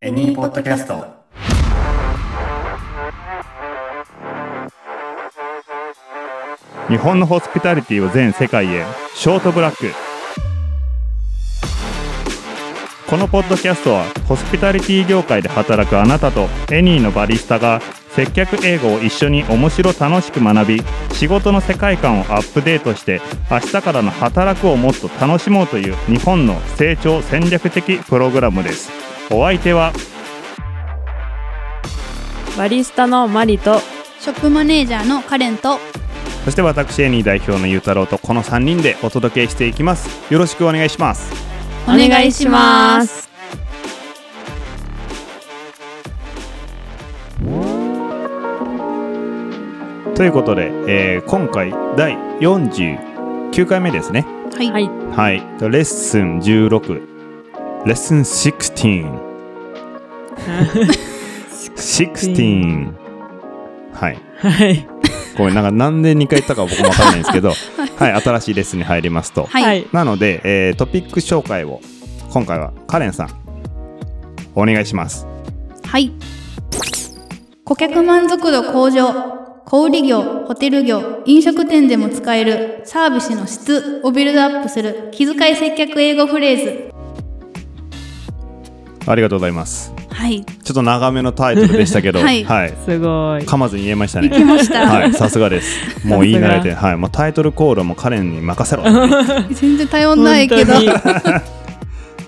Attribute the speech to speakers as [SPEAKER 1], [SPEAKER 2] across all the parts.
[SPEAKER 1] エニーポッドキャスト。
[SPEAKER 2] 日本のホスピタリティを全世界へショートブラックこのポッドキャストはホスピタリティ業界で働くあなたとエニーのバリスタが接客英語を一緒に面白楽しく学び仕事の世界観をアップデートして明日からの働くをもっと楽しもうという日本の成長戦略的プログラムですお相手は
[SPEAKER 3] バリスタのマリと
[SPEAKER 4] ショップマネージャーのカレンと
[SPEAKER 2] そして私エニー代表のゆうたろうとこの3人でお届けしていきますよろしくお願いします
[SPEAKER 3] お願いします。
[SPEAKER 2] ということで、えー今回第49回目ですね
[SPEAKER 4] はい、
[SPEAKER 3] はい、
[SPEAKER 2] はいとレッスン16レッスン16 16はい
[SPEAKER 3] はい、
[SPEAKER 2] ごめんなんかなんで2回言ったか僕もわかんないんですけどはい新しいレッスンに入りますと
[SPEAKER 4] はい
[SPEAKER 2] なので、えートピック紹介を今回はカレンさんお願いします
[SPEAKER 4] はい顧客満足度向上小売業ホテル業飲食店でも使えるサービスの質をビルドアップする気遣い接客英語フレーズ
[SPEAKER 2] ありがとうございます
[SPEAKER 4] はい
[SPEAKER 2] ちょっと長めのタイトルでしたけど
[SPEAKER 4] はい
[SPEAKER 2] はい、
[SPEAKER 3] すごい。
[SPEAKER 2] 噛まずに言えましたね
[SPEAKER 4] 行きました、
[SPEAKER 2] はい、さすがです。もう言い慣れて、はい、もうタイトルコールはもうカレンに任せろ。
[SPEAKER 4] 全然頼んないけど
[SPEAKER 3] 本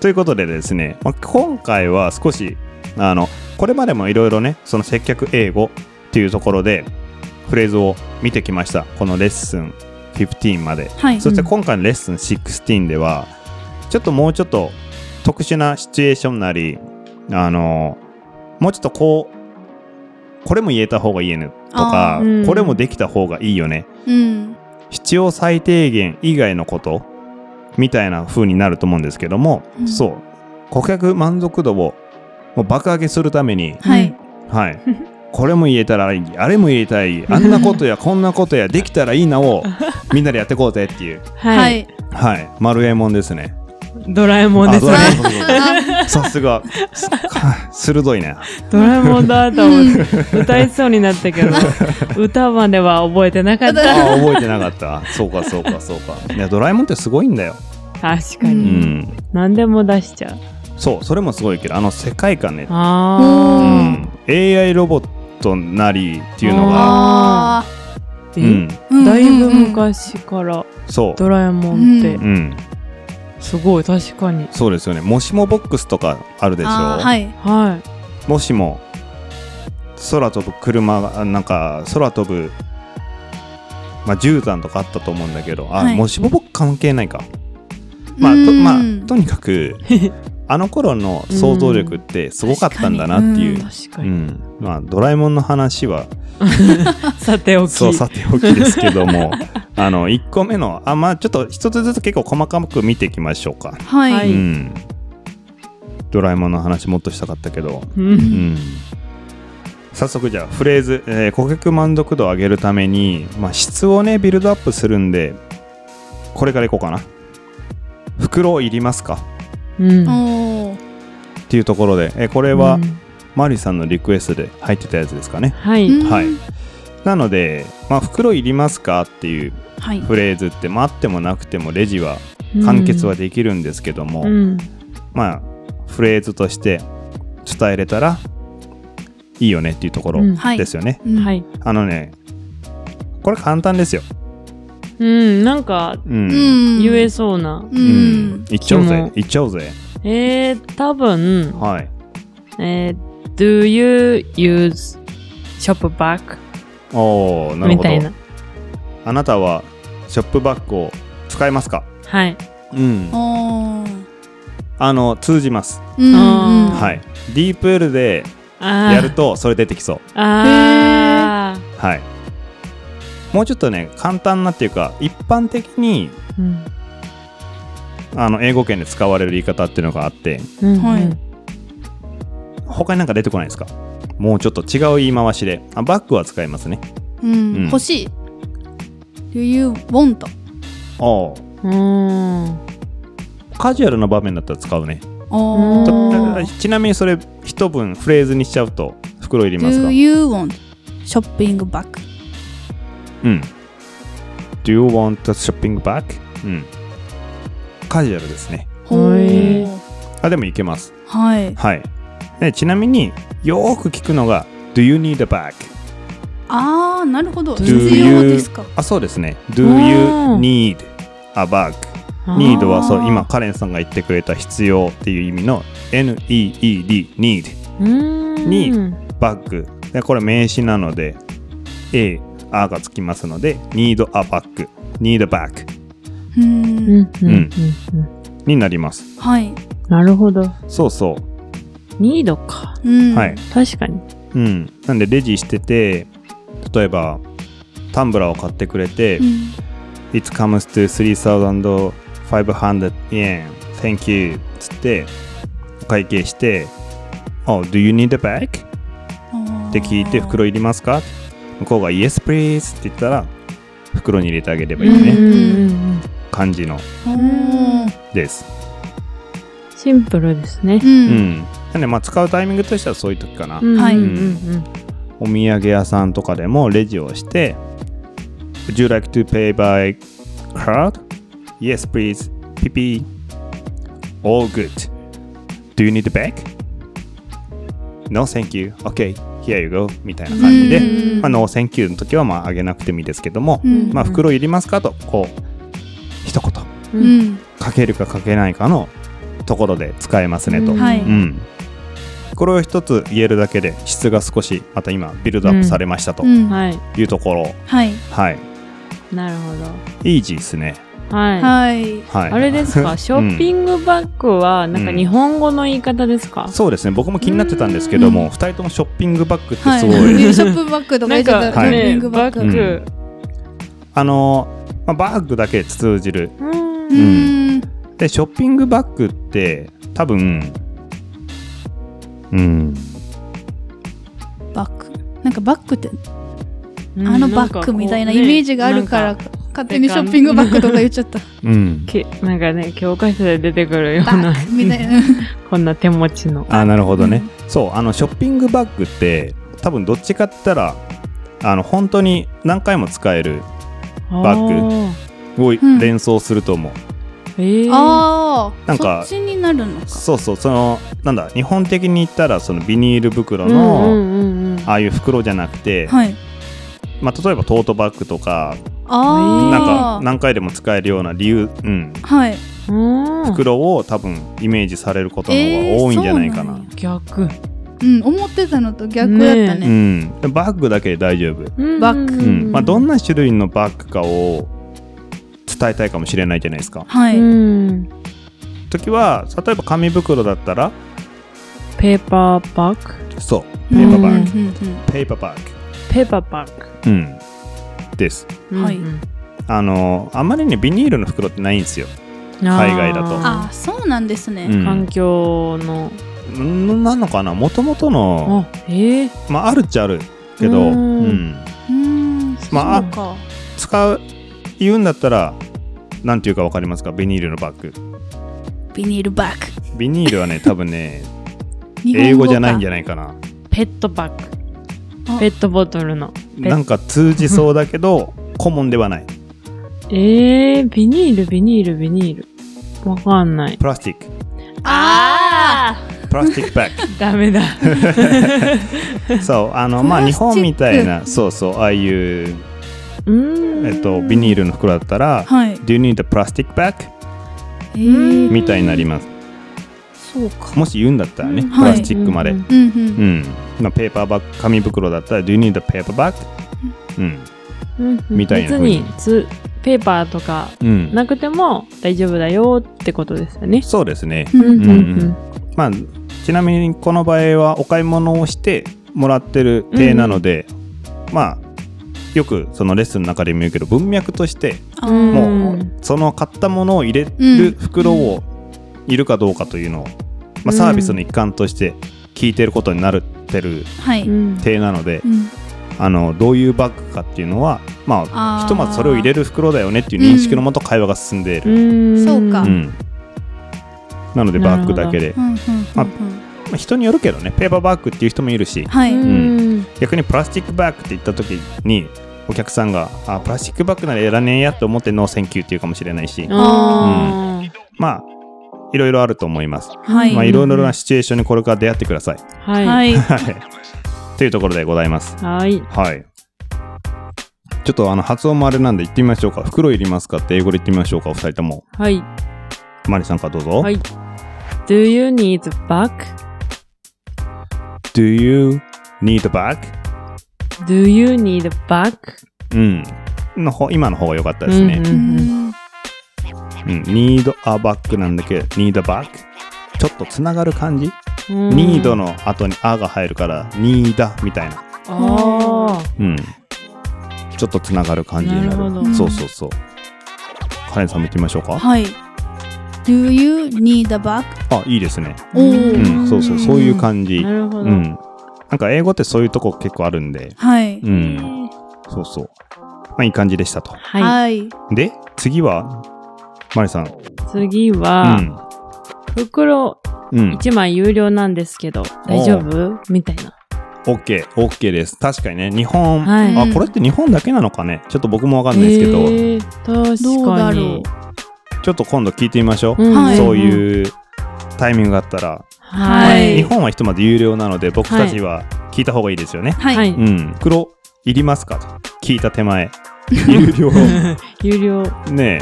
[SPEAKER 2] ということでですね、まあ、今回は少し、あの、これまでもいろいろね、その接客英語っていうところで、フレーズを見てきました。このレッスン15まで。
[SPEAKER 4] はい
[SPEAKER 2] そして今回のレッスン16では、ちょっともうちょっと特殊なシチュエーションなり、あの、もうちょっとこう、これも言えた方がいいねとか
[SPEAKER 3] あ、ーうん
[SPEAKER 2] これもできた方がいいよね
[SPEAKER 4] うん
[SPEAKER 2] 必要最低限以外のことみたいな風になると思うんですけども、
[SPEAKER 4] うん
[SPEAKER 2] そう顧客満足度をもう爆上げするために、
[SPEAKER 4] はい、
[SPEAKER 2] はいこれも言えたらいいあれも言えたらいいあんなことやこんなことやできたらいいなをみんなでやっていこうぜっていう
[SPEAKER 3] 当に
[SPEAKER 4] は
[SPEAKER 3] はい、
[SPEAKER 4] い、
[SPEAKER 2] はい丸えもんですね。
[SPEAKER 3] ドラえもんですね。
[SPEAKER 2] あそうそうそうそう さすがす鋭いね。
[SPEAKER 3] ドラえもんだと
[SPEAKER 4] う
[SPEAKER 3] 思っ
[SPEAKER 4] ん
[SPEAKER 3] て歌いそうになったけど、歌までは覚えてなかっ
[SPEAKER 2] あ
[SPEAKER 3] た。
[SPEAKER 2] 覚えてなかった。そうかそうかそうか。いやドラえもんってすごいんだよ。
[SPEAKER 3] 確か
[SPEAKER 2] う。
[SPEAKER 3] に、
[SPEAKER 4] うん
[SPEAKER 3] 何でも出しちゃう。
[SPEAKER 2] そうそれもすごいけどあの世界観ね
[SPEAKER 3] あ
[SPEAKER 2] う
[SPEAKER 4] おー
[SPEAKER 2] ん、AI ロボットなりっていうのが、
[SPEAKER 4] あ
[SPEAKER 3] ーって、
[SPEAKER 2] うん、
[SPEAKER 4] ー
[SPEAKER 3] だいぶ
[SPEAKER 4] うんうんうん
[SPEAKER 3] 昔から
[SPEAKER 2] そ
[SPEAKER 3] ドラえもんって、
[SPEAKER 4] う
[SPEAKER 2] う、うん、
[SPEAKER 3] すごい確かに。
[SPEAKER 2] そうですよね。もしもボックスとかあるでしょ。
[SPEAKER 4] あーはい
[SPEAKER 3] は
[SPEAKER 2] もしも空飛ぶ車があなんか空飛ぶまあ絨毯とかあったと思うんだけど、あ、
[SPEAKER 4] はい
[SPEAKER 2] もしもボックス関係ないか。まあと
[SPEAKER 4] うん
[SPEAKER 2] まあとにかくあの頃の想像力ってすごかったんだなっていう。
[SPEAKER 3] い。確か
[SPEAKER 2] う
[SPEAKER 3] に。
[SPEAKER 2] ん、まあドラえもんの話は
[SPEAKER 3] さておき。
[SPEAKER 2] そうさておきですけど もあの1個目のあまあちょっと一つずつ結構細かく見ていきましょうか、
[SPEAKER 4] はい、
[SPEAKER 3] は
[SPEAKER 2] う
[SPEAKER 3] い
[SPEAKER 2] んドラえもんの話もっとしたかったけど、
[SPEAKER 3] う
[SPEAKER 2] うんん、早速じゃあフレーズ、えー顧客満足度を上げるために、まあ、質をねビルドアップするんでこれからいこうかな袋いりますか
[SPEAKER 3] うん。
[SPEAKER 4] おー
[SPEAKER 2] っていうところで、えーこれは、
[SPEAKER 3] うん
[SPEAKER 2] マリさんのリクエストで入ってたやつですかね
[SPEAKER 3] はい。
[SPEAKER 4] うん
[SPEAKER 2] はいなので、まあ、袋いりますかっていう
[SPEAKER 4] はい
[SPEAKER 2] フレーズって、まあ、あってもなくてもレジは完結はできるんですけども、
[SPEAKER 3] うん。
[SPEAKER 2] まあフレーズとして伝えれたらいいよねっていうところ
[SPEAKER 3] うん
[SPEAKER 4] はい
[SPEAKER 2] ですよね。
[SPEAKER 4] うん
[SPEAKER 3] はい。
[SPEAKER 2] あのねこれ簡単ですよ。
[SPEAKER 3] うん、なんか
[SPEAKER 2] うん
[SPEAKER 4] うん
[SPEAKER 3] 言えそうな。
[SPEAKER 4] う
[SPEAKER 2] うん
[SPEAKER 4] ん
[SPEAKER 2] 行っちゃおう
[SPEAKER 3] で
[SPEAKER 2] ぜ
[SPEAKER 3] も
[SPEAKER 2] 行っちゃおうぜ。
[SPEAKER 3] えー、多分、
[SPEAKER 2] はい。
[SPEAKER 3] えー、Do you use Shopback?
[SPEAKER 2] おおなる
[SPEAKER 3] み
[SPEAKER 2] ほ
[SPEAKER 3] たいな
[SPEAKER 2] ど。。あなたはショップバッグを使いますか
[SPEAKER 3] はい。
[SPEAKER 2] うん
[SPEAKER 4] おー
[SPEAKER 2] あの通じます。
[SPEAKER 4] うんうん
[SPEAKER 3] あー
[SPEAKER 2] はい。ディープールで
[SPEAKER 3] あー
[SPEAKER 2] やるとそれ出てきそう。
[SPEAKER 3] あ
[SPEAKER 2] はい。もうちょっとね簡単なっていうか一般的に
[SPEAKER 3] ー。うん。
[SPEAKER 2] あの英語圏で使われる言い方っていうのがあって
[SPEAKER 3] うん
[SPEAKER 4] はい
[SPEAKER 3] うん
[SPEAKER 2] 他になんか出てこないですかもうちょっと違う言い回しであバッグは使いますね
[SPEAKER 4] うん
[SPEAKER 2] うん
[SPEAKER 4] 欲しい Do you want?
[SPEAKER 2] あ
[SPEAKER 3] うーん。
[SPEAKER 2] あカジュアルな場面だったら使うね
[SPEAKER 4] お
[SPEAKER 3] うん
[SPEAKER 4] ー。
[SPEAKER 2] ちなみにそれ一文フレーズにしちゃうと袋いりますか
[SPEAKER 4] Do you want shopping bag?
[SPEAKER 2] うん。Do you want a shopping bag? うん。カジュアルですね。
[SPEAKER 4] ほー
[SPEAKER 2] あ、でもいけます。
[SPEAKER 4] はい。
[SPEAKER 2] はい。でちなみによーく聞くのが Do you need a bag?
[SPEAKER 4] ああ、なるほど。
[SPEAKER 3] Do
[SPEAKER 4] 必要ですか。
[SPEAKER 2] あ、そうですね。Do
[SPEAKER 3] う
[SPEAKER 2] you
[SPEAKER 3] ん
[SPEAKER 2] need a bag?
[SPEAKER 3] あー
[SPEAKER 2] need はそう、今カレンさんが言ってくれた必要っていう意味の N-E-E-D, need,
[SPEAKER 3] うーん
[SPEAKER 2] にバッグ。でこれ名詞なので A、A がつきますので need a bag, need a bag
[SPEAKER 4] う
[SPEAKER 3] うんうん
[SPEAKER 4] ん。
[SPEAKER 3] うんうん
[SPEAKER 2] になります。
[SPEAKER 4] はい。
[SPEAKER 3] なるほど
[SPEAKER 2] そうそう。
[SPEAKER 3] ニードか
[SPEAKER 4] うん。
[SPEAKER 2] はい。。
[SPEAKER 3] 確かに
[SPEAKER 2] うん、なんでレジしてて例えばタンブラーを買ってくれて
[SPEAKER 4] うん。
[SPEAKER 2] 「It comes to 3,500 yen thank you」っつってお会計して「Oh, do you need a bag?」
[SPEAKER 4] あー
[SPEAKER 2] って聞いて「袋いりますか?」向こうが「Yes, please」って言ったら袋に入れてあげればいいね、
[SPEAKER 3] うんうんうんうん
[SPEAKER 2] 感じの
[SPEAKER 4] おー
[SPEAKER 2] です。
[SPEAKER 3] シンプルですね
[SPEAKER 4] う
[SPEAKER 2] うん
[SPEAKER 4] ん。
[SPEAKER 2] なんでまあ使うタイミングとしてはそういう時かな。
[SPEAKER 4] はい
[SPEAKER 3] うんうんうん
[SPEAKER 2] お土産屋さんとかでもレジをして「Would you like to pay by card? Yes, please. ピピ All good. Do you need a bag? No, thank you. Okay, here you go. みたいな感じで、
[SPEAKER 4] うん
[SPEAKER 2] まあ、No, thank you の時はまああげなくてもいいですけども、
[SPEAKER 4] うん
[SPEAKER 2] まあ、袋いりますかとこう一言
[SPEAKER 3] う
[SPEAKER 4] うんん。
[SPEAKER 2] かけるかかけないかのところで使えますねと。
[SPEAKER 3] うん
[SPEAKER 4] はい
[SPEAKER 2] うんこれを一つ言えるだけで質が少しまた今ビルドアップされましたと
[SPEAKER 4] うん。は
[SPEAKER 3] はい
[SPEAKER 2] いうところ、
[SPEAKER 4] い。
[SPEAKER 2] はい
[SPEAKER 3] なるほ
[SPEAKER 2] イージーですね
[SPEAKER 3] どはい
[SPEAKER 4] はい。
[SPEAKER 2] はい
[SPEAKER 3] あれですかショッピングバッグはなんか日本語の言い方ですか、
[SPEAKER 2] そうですね僕も気になってたんですけど
[SPEAKER 4] う
[SPEAKER 2] も2人ともショッピングバッグって
[SPEAKER 4] はい。
[SPEAKER 2] すごい、
[SPEAKER 4] いや ショップバッグとか
[SPEAKER 3] なん
[SPEAKER 4] 言ってた、
[SPEAKER 3] か
[SPEAKER 2] はい
[SPEAKER 4] ショッピン
[SPEAKER 3] ね
[SPEAKER 4] グ
[SPEAKER 3] バ
[SPEAKER 4] バッ
[SPEAKER 3] ッ
[SPEAKER 4] グ。
[SPEAKER 3] グ、
[SPEAKER 2] あのー、まあ、バッグだけ通じる
[SPEAKER 3] うん
[SPEAKER 4] う
[SPEAKER 2] うん
[SPEAKER 4] ん。
[SPEAKER 2] でショッピングバッグって多分うん
[SPEAKER 4] バッグ。なんかバッグって、あのバッグみたいなイメージがあるから、勝手にショッピングバッグとか言っちゃ った。
[SPEAKER 2] うん
[SPEAKER 3] けなんかね教科書で出てくるよう
[SPEAKER 4] バ
[SPEAKER 3] な
[SPEAKER 4] ッグみたい な。
[SPEAKER 3] こんな手持ちの
[SPEAKER 2] あなるほどね、そうあのショッピングバッグって多分どっちかって言ったらあの本当に何回も使えるバッグ
[SPEAKER 3] グ
[SPEAKER 2] を
[SPEAKER 4] ん
[SPEAKER 2] 連想すると思う、
[SPEAKER 3] ええ
[SPEAKER 4] ああ。
[SPEAKER 2] なんか
[SPEAKER 4] そっちになるのか。
[SPEAKER 2] そうそうそのなんだ日本的に言ったらそのビニール袋
[SPEAKER 3] うんう
[SPEAKER 2] の
[SPEAKER 3] んうんうん
[SPEAKER 2] ああいう袋じゃなくて、
[SPEAKER 4] はい。
[SPEAKER 2] まあ、例えばトートバッグとか
[SPEAKER 4] ああ。
[SPEAKER 2] なんか何回でも使えるような理由、うん、
[SPEAKER 4] は
[SPEAKER 3] う
[SPEAKER 4] い。
[SPEAKER 3] ん
[SPEAKER 2] 袋を多分イメージされることの方が
[SPEAKER 4] えー
[SPEAKER 2] 多いんじゃないかな。
[SPEAKER 4] そうなんや
[SPEAKER 3] 逆
[SPEAKER 4] うん、思ってたのと逆だった
[SPEAKER 2] う
[SPEAKER 4] ね。
[SPEAKER 2] ん、でバッグだけで大丈夫、
[SPEAKER 4] バッグ
[SPEAKER 2] う
[SPEAKER 4] うん
[SPEAKER 2] まあ、どん
[SPEAKER 3] な、
[SPEAKER 2] な種類のバッグかを伝えたいかもしれないじゃないですか。
[SPEAKER 4] は
[SPEAKER 3] う
[SPEAKER 4] い。
[SPEAKER 3] ん、
[SPEAKER 2] 時は例えば紙袋だったら
[SPEAKER 3] ペーパーバッグ
[SPEAKER 2] そうペーパーバッグ、
[SPEAKER 4] グ。うんうん
[SPEAKER 2] ペーパーバッ
[SPEAKER 3] ペーパーバッ
[SPEAKER 2] グ、うん、です。
[SPEAKER 3] グ
[SPEAKER 4] はい
[SPEAKER 3] うん
[SPEAKER 2] あのあんまりねビニールの袋ってないんですよ。
[SPEAKER 3] うん
[SPEAKER 2] 海外だと
[SPEAKER 4] あ
[SPEAKER 3] あ
[SPEAKER 4] あ、そうなんです
[SPEAKER 2] う
[SPEAKER 4] ね。
[SPEAKER 2] ん
[SPEAKER 3] 環境の、
[SPEAKER 2] んなのかなもともとの、
[SPEAKER 3] あええ
[SPEAKER 2] まあ、あるっちゃあるけど、う
[SPEAKER 3] う
[SPEAKER 2] んん
[SPEAKER 4] うーん。
[SPEAKER 2] まあ
[SPEAKER 4] そうか。
[SPEAKER 2] 使う言うんだったらなんていうかわかりますかビニールのバッグ
[SPEAKER 4] ビニールバッグ。
[SPEAKER 2] ビニールは ね多分ね
[SPEAKER 4] 日本
[SPEAKER 2] 英語じゃないんじ
[SPEAKER 4] ゃ
[SPEAKER 2] ゃないかな
[SPEAKER 3] ペットバッ
[SPEAKER 4] あ
[SPEAKER 3] グペットボトルのペ
[SPEAKER 2] なんか通じそうだけど顧問ではない
[SPEAKER 3] ええビニールビニールビニールわかんない
[SPEAKER 2] プラスティック
[SPEAKER 4] あ
[SPEAKER 2] プラスティック バッ
[SPEAKER 3] ダメだ
[SPEAKER 2] グそうあのまあ
[SPEAKER 4] プ
[SPEAKER 2] 日
[SPEAKER 4] ラスチック
[SPEAKER 2] 本みたいなそうそうああいう、
[SPEAKER 3] うん
[SPEAKER 2] えっと、ビニールの袋だったら
[SPEAKER 4] はい。
[SPEAKER 2] Do you need a plastic bag?
[SPEAKER 4] えー
[SPEAKER 2] みたいになります
[SPEAKER 4] そうか。
[SPEAKER 2] もし言うんだったらね、
[SPEAKER 3] うん
[SPEAKER 2] プラスチックまで、
[SPEAKER 3] うん
[SPEAKER 4] うん
[SPEAKER 2] う
[SPEAKER 4] うん。
[SPEAKER 2] ん、まあ、ペーパーバッグ紙袋だったら「Do you need a paper bag?」うん、
[SPEAKER 3] うんうん
[SPEAKER 2] みたいな
[SPEAKER 3] 別
[SPEAKER 2] 風に
[SPEAKER 3] につペーパーとか
[SPEAKER 2] うん
[SPEAKER 3] なくても大丈夫だよってことですよね。
[SPEAKER 2] そうですね、
[SPEAKER 4] うん
[SPEAKER 3] うんうん
[SPEAKER 2] まあ、ちなみにこの場合はお買い物をしてもらってる体なので、まあよくそのレッスンの中でも言うけど文脈として
[SPEAKER 4] あ
[SPEAKER 3] うん
[SPEAKER 4] ー
[SPEAKER 2] もうその買ったものを入れ
[SPEAKER 4] うん
[SPEAKER 2] る袋をいるかどうかというのを、まあ、サービスの一環として聞いてることになるってる
[SPEAKER 4] はい。
[SPEAKER 3] う
[SPEAKER 4] うん
[SPEAKER 3] ん
[SPEAKER 2] 体なので、
[SPEAKER 4] うん
[SPEAKER 2] あのどういうバッグかっていうのはまあ
[SPEAKER 4] あー
[SPEAKER 2] ひとまずそれを入れる袋だよねっていう認識のもと会話が進んでいる。
[SPEAKER 3] ん
[SPEAKER 4] そうか
[SPEAKER 2] うんなのでバッグだけで、
[SPEAKER 4] うんうんうんうん
[SPEAKER 2] まあ、人によるけどねペーパーバッグっていう人もいるし
[SPEAKER 4] はい、
[SPEAKER 3] う
[SPEAKER 4] うん
[SPEAKER 3] ん。
[SPEAKER 2] 逆にプラスチックバッグって言った時にお客さんがあプラスチックバッグならやらねえやと思ってノーセンキューっていうかもしれないし、
[SPEAKER 3] あー
[SPEAKER 2] まあいろいろあると思います、
[SPEAKER 4] はい、
[SPEAKER 2] まあ
[SPEAKER 3] うん
[SPEAKER 2] いろいろなシチュエーションにこれから出会ってください
[SPEAKER 3] は。
[SPEAKER 4] はいい、
[SPEAKER 2] はいというところでございます
[SPEAKER 3] はい。
[SPEAKER 2] はいちょっとあの発音もあれなんで言ってみましょうか袋いりますかって英語で言ってみましょうかお二人とも
[SPEAKER 3] はい。
[SPEAKER 2] マリさんからどうぞ、
[SPEAKER 3] はい。Do you need back?Do
[SPEAKER 2] Do you need a bag?
[SPEAKER 3] you need back?
[SPEAKER 2] うんの方今の方が良かったですね、
[SPEAKER 4] うん
[SPEAKER 2] うん need a bag なんだけど need a bag? ちょっとつながる感じ、
[SPEAKER 3] うん。
[SPEAKER 2] need。の後にあが入るから need みたいな
[SPEAKER 3] あ
[SPEAKER 2] うんちょっとつながる感じになる
[SPEAKER 3] なるほ
[SPEAKER 4] ど
[SPEAKER 2] そうそうそうカレンさんも行ってみましょうか
[SPEAKER 4] はい Do you need a bag?
[SPEAKER 2] あいいですね
[SPEAKER 3] ー。
[SPEAKER 4] お
[SPEAKER 2] う
[SPEAKER 4] ー
[SPEAKER 2] ん、そうそう、そういう感じ。
[SPEAKER 3] なるほど。
[SPEAKER 2] うん。なんか英語ってそういうとこ結構あるんで、
[SPEAKER 4] はい、
[SPEAKER 2] うん、そうそう。まあいい感じでしたと。
[SPEAKER 3] はい。
[SPEAKER 4] い、
[SPEAKER 2] で、次は、マリさん。
[SPEAKER 3] 次は、袋
[SPEAKER 2] うん。うん。
[SPEAKER 3] 1枚有料なんですけど、大丈夫みたいな。
[SPEAKER 2] OK、OK です。確かにね、日本、
[SPEAKER 3] はい。
[SPEAKER 2] あ、これって日本だけなのかね。ちょっと僕もわかんないですけど、
[SPEAKER 3] えー
[SPEAKER 4] ど
[SPEAKER 3] 確
[SPEAKER 4] うだ
[SPEAKER 3] か
[SPEAKER 4] ろ
[SPEAKER 3] に。
[SPEAKER 2] ちょっと今度聞いてみましょう。
[SPEAKER 3] うん
[SPEAKER 4] はい
[SPEAKER 2] そう
[SPEAKER 3] う。
[SPEAKER 2] いうタイミングがあったら、
[SPEAKER 3] は。
[SPEAKER 4] はい
[SPEAKER 2] 日本はひとまず有料なので、僕たちは聞いた方がいいですよね。
[SPEAKER 4] はい、
[SPEAKER 3] はい。
[SPEAKER 2] うん。黒、いりますかと聞いた手前、有料。
[SPEAKER 3] 有料。
[SPEAKER 2] ねえ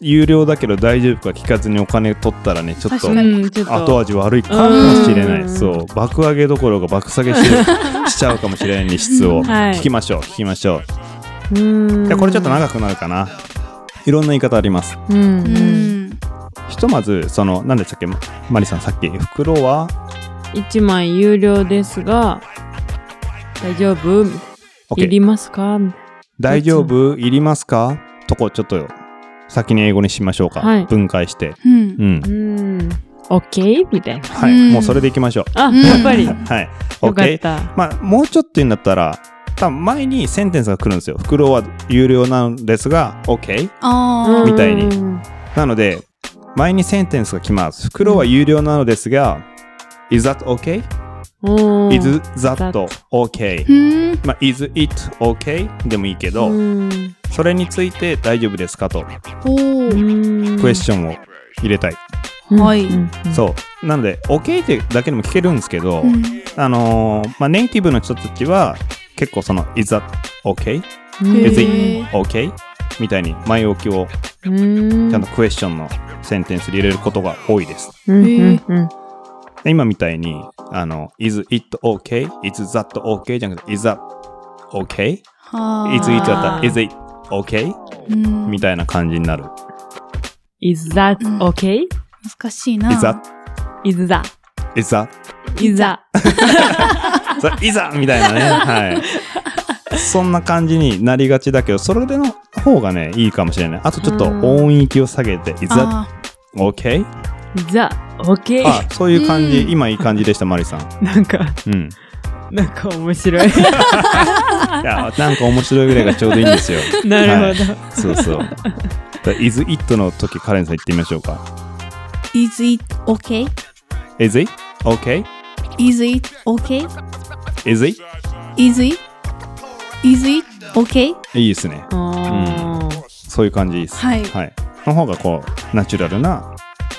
[SPEAKER 2] 有料だけど大丈夫か聞かずにお金取ったらねちょっと
[SPEAKER 4] 確かに
[SPEAKER 3] ん、ちょっ
[SPEAKER 2] 後
[SPEAKER 3] と。
[SPEAKER 2] 味悪いかもしれな
[SPEAKER 3] う
[SPEAKER 2] い
[SPEAKER 3] ん
[SPEAKER 2] そう爆上げどころか爆下げ ししちゃうかもしれないに質を
[SPEAKER 3] はい
[SPEAKER 2] 聞きましょう聞きましょ
[SPEAKER 3] うん。
[SPEAKER 2] ういやこれちょっと長くなるかな。いろんな言い方あります。
[SPEAKER 3] うん。
[SPEAKER 4] う
[SPEAKER 3] うん。
[SPEAKER 4] ん、
[SPEAKER 2] ひとまず、その、何でしたっけ、マリさん、さっき、袋は、
[SPEAKER 3] 1枚有料ですが、大丈夫い
[SPEAKER 2] OK、
[SPEAKER 3] りますかみたい
[SPEAKER 2] 大丈夫いりますかとこ、ちょっと、先に英語にしましょうか。
[SPEAKER 3] はい
[SPEAKER 2] 分解して。
[SPEAKER 4] うん
[SPEAKER 2] う、ん
[SPEAKER 3] な。うん。OK? みたいな。
[SPEAKER 2] はい、
[SPEAKER 4] うん
[SPEAKER 2] もうそれでいきましょう。
[SPEAKER 3] あ、
[SPEAKER 4] うん
[SPEAKER 3] やっぱり。
[SPEAKER 4] う
[SPEAKER 3] よ
[SPEAKER 4] ん
[SPEAKER 2] はい。
[SPEAKER 3] かっ
[SPEAKER 2] OK。
[SPEAKER 3] た。
[SPEAKER 2] まあ、もうちょっと言うんだったら、多分前にセンテンスが来るんですよ。袋は有料なんですが、OK?
[SPEAKER 4] あ
[SPEAKER 2] みたいに
[SPEAKER 3] うん
[SPEAKER 2] なので、前にセンテンスが来ます。袋は有料なのですが、is that OK?、
[SPEAKER 3] うん。
[SPEAKER 2] is that OK?
[SPEAKER 4] ーうん
[SPEAKER 2] まあ、is it OK? でもいいけど、
[SPEAKER 3] うん
[SPEAKER 2] それについて大丈夫ですかと、
[SPEAKER 4] お
[SPEAKER 3] う
[SPEAKER 4] ー
[SPEAKER 3] ん。
[SPEAKER 2] クエスチョンを入れたい。
[SPEAKER 3] うん
[SPEAKER 4] はい
[SPEAKER 3] うん
[SPEAKER 2] そう。なので、OK ってだけでも聞けるんですけど、
[SPEAKER 4] うん
[SPEAKER 2] あのーまあ、ネイティブの人たちは、結構その、is that OK?is、
[SPEAKER 3] うん
[SPEAKER 4] へ
[SPEAKER 2] it
[SPEAKER 4] ー
[SPEAKER 2] OK? みたいに前置きを
[SPEAKER 3] うん
[SPEAKER 2] ちゃんとクエスチョンのセンテンスに入れることが多いです。
[SPEAKER 3] うん
[SPEAKER 4] へー
[SPEAKER 3] うんうん
[SPEAKER 2] 今みたいに、あの、is it okay? is that okay? じゃなくて、is that okay?
[SPEAKER 4] あー
[SPEAKER 2] is it だったら、
[SPEAKER 3] あー
[SPEAKER 2] is it okay?
[SPEAKER 4] うん
[SPEAKER 2] みたいな感じになる。
[SPEAKER 3] Is that okay?
[SPEAKER 4] 難しいな。
[SPEAKER 2] is that,
[SPEAKER 3] Is that?
[SPEAKER 2] is that,
[SPEAKER 3] Is that?
[SPEAKER 2] それ is that みたいなね。はい。そんな感じになりがちだけど、それでの方がね、いいかもしれない。あとちょっと
[SPEAKER 3] うん
[SPEAKER 2] 音域を下げて、is that
[SPEAKER 4] あ
[SPEAKER 2] okay?
[SPEAKER 3] Is that okay?
[SPEAKER 2] あ、そういう感
[SPEAKER 4] うん
[SPEAKER 2] じ。今いい感じでした、マリさん。
[SPEAKER 3] なんか、
[SPEAKER 2] うん。
[SPEAKER 3] なんか面白い。
[SPEAKER 2] いや、なんか面白いぐらいがちょうどいいんですよ。
[SPEAKER 3] なるほど。
[SPEAKER 2] そう そう。だ is it の時、カレンさん言ってみましょうか。
[SPEAKER 4] ー Is it okay?
[SPEAKER 2] is it? OK?
[SPEAKER 4] Is it okay?
[SPEAKER 2] is it?
[SPEAKER 4] Is it? Is it okay?
[SPEAKER 2] いいですね。
[SPEAKER 3] あー
[SPEAKER 2] そういう感じです。
[SPEAKER 4] はい
[SPEAKER 2] はい。の方がこう、ナチュラルな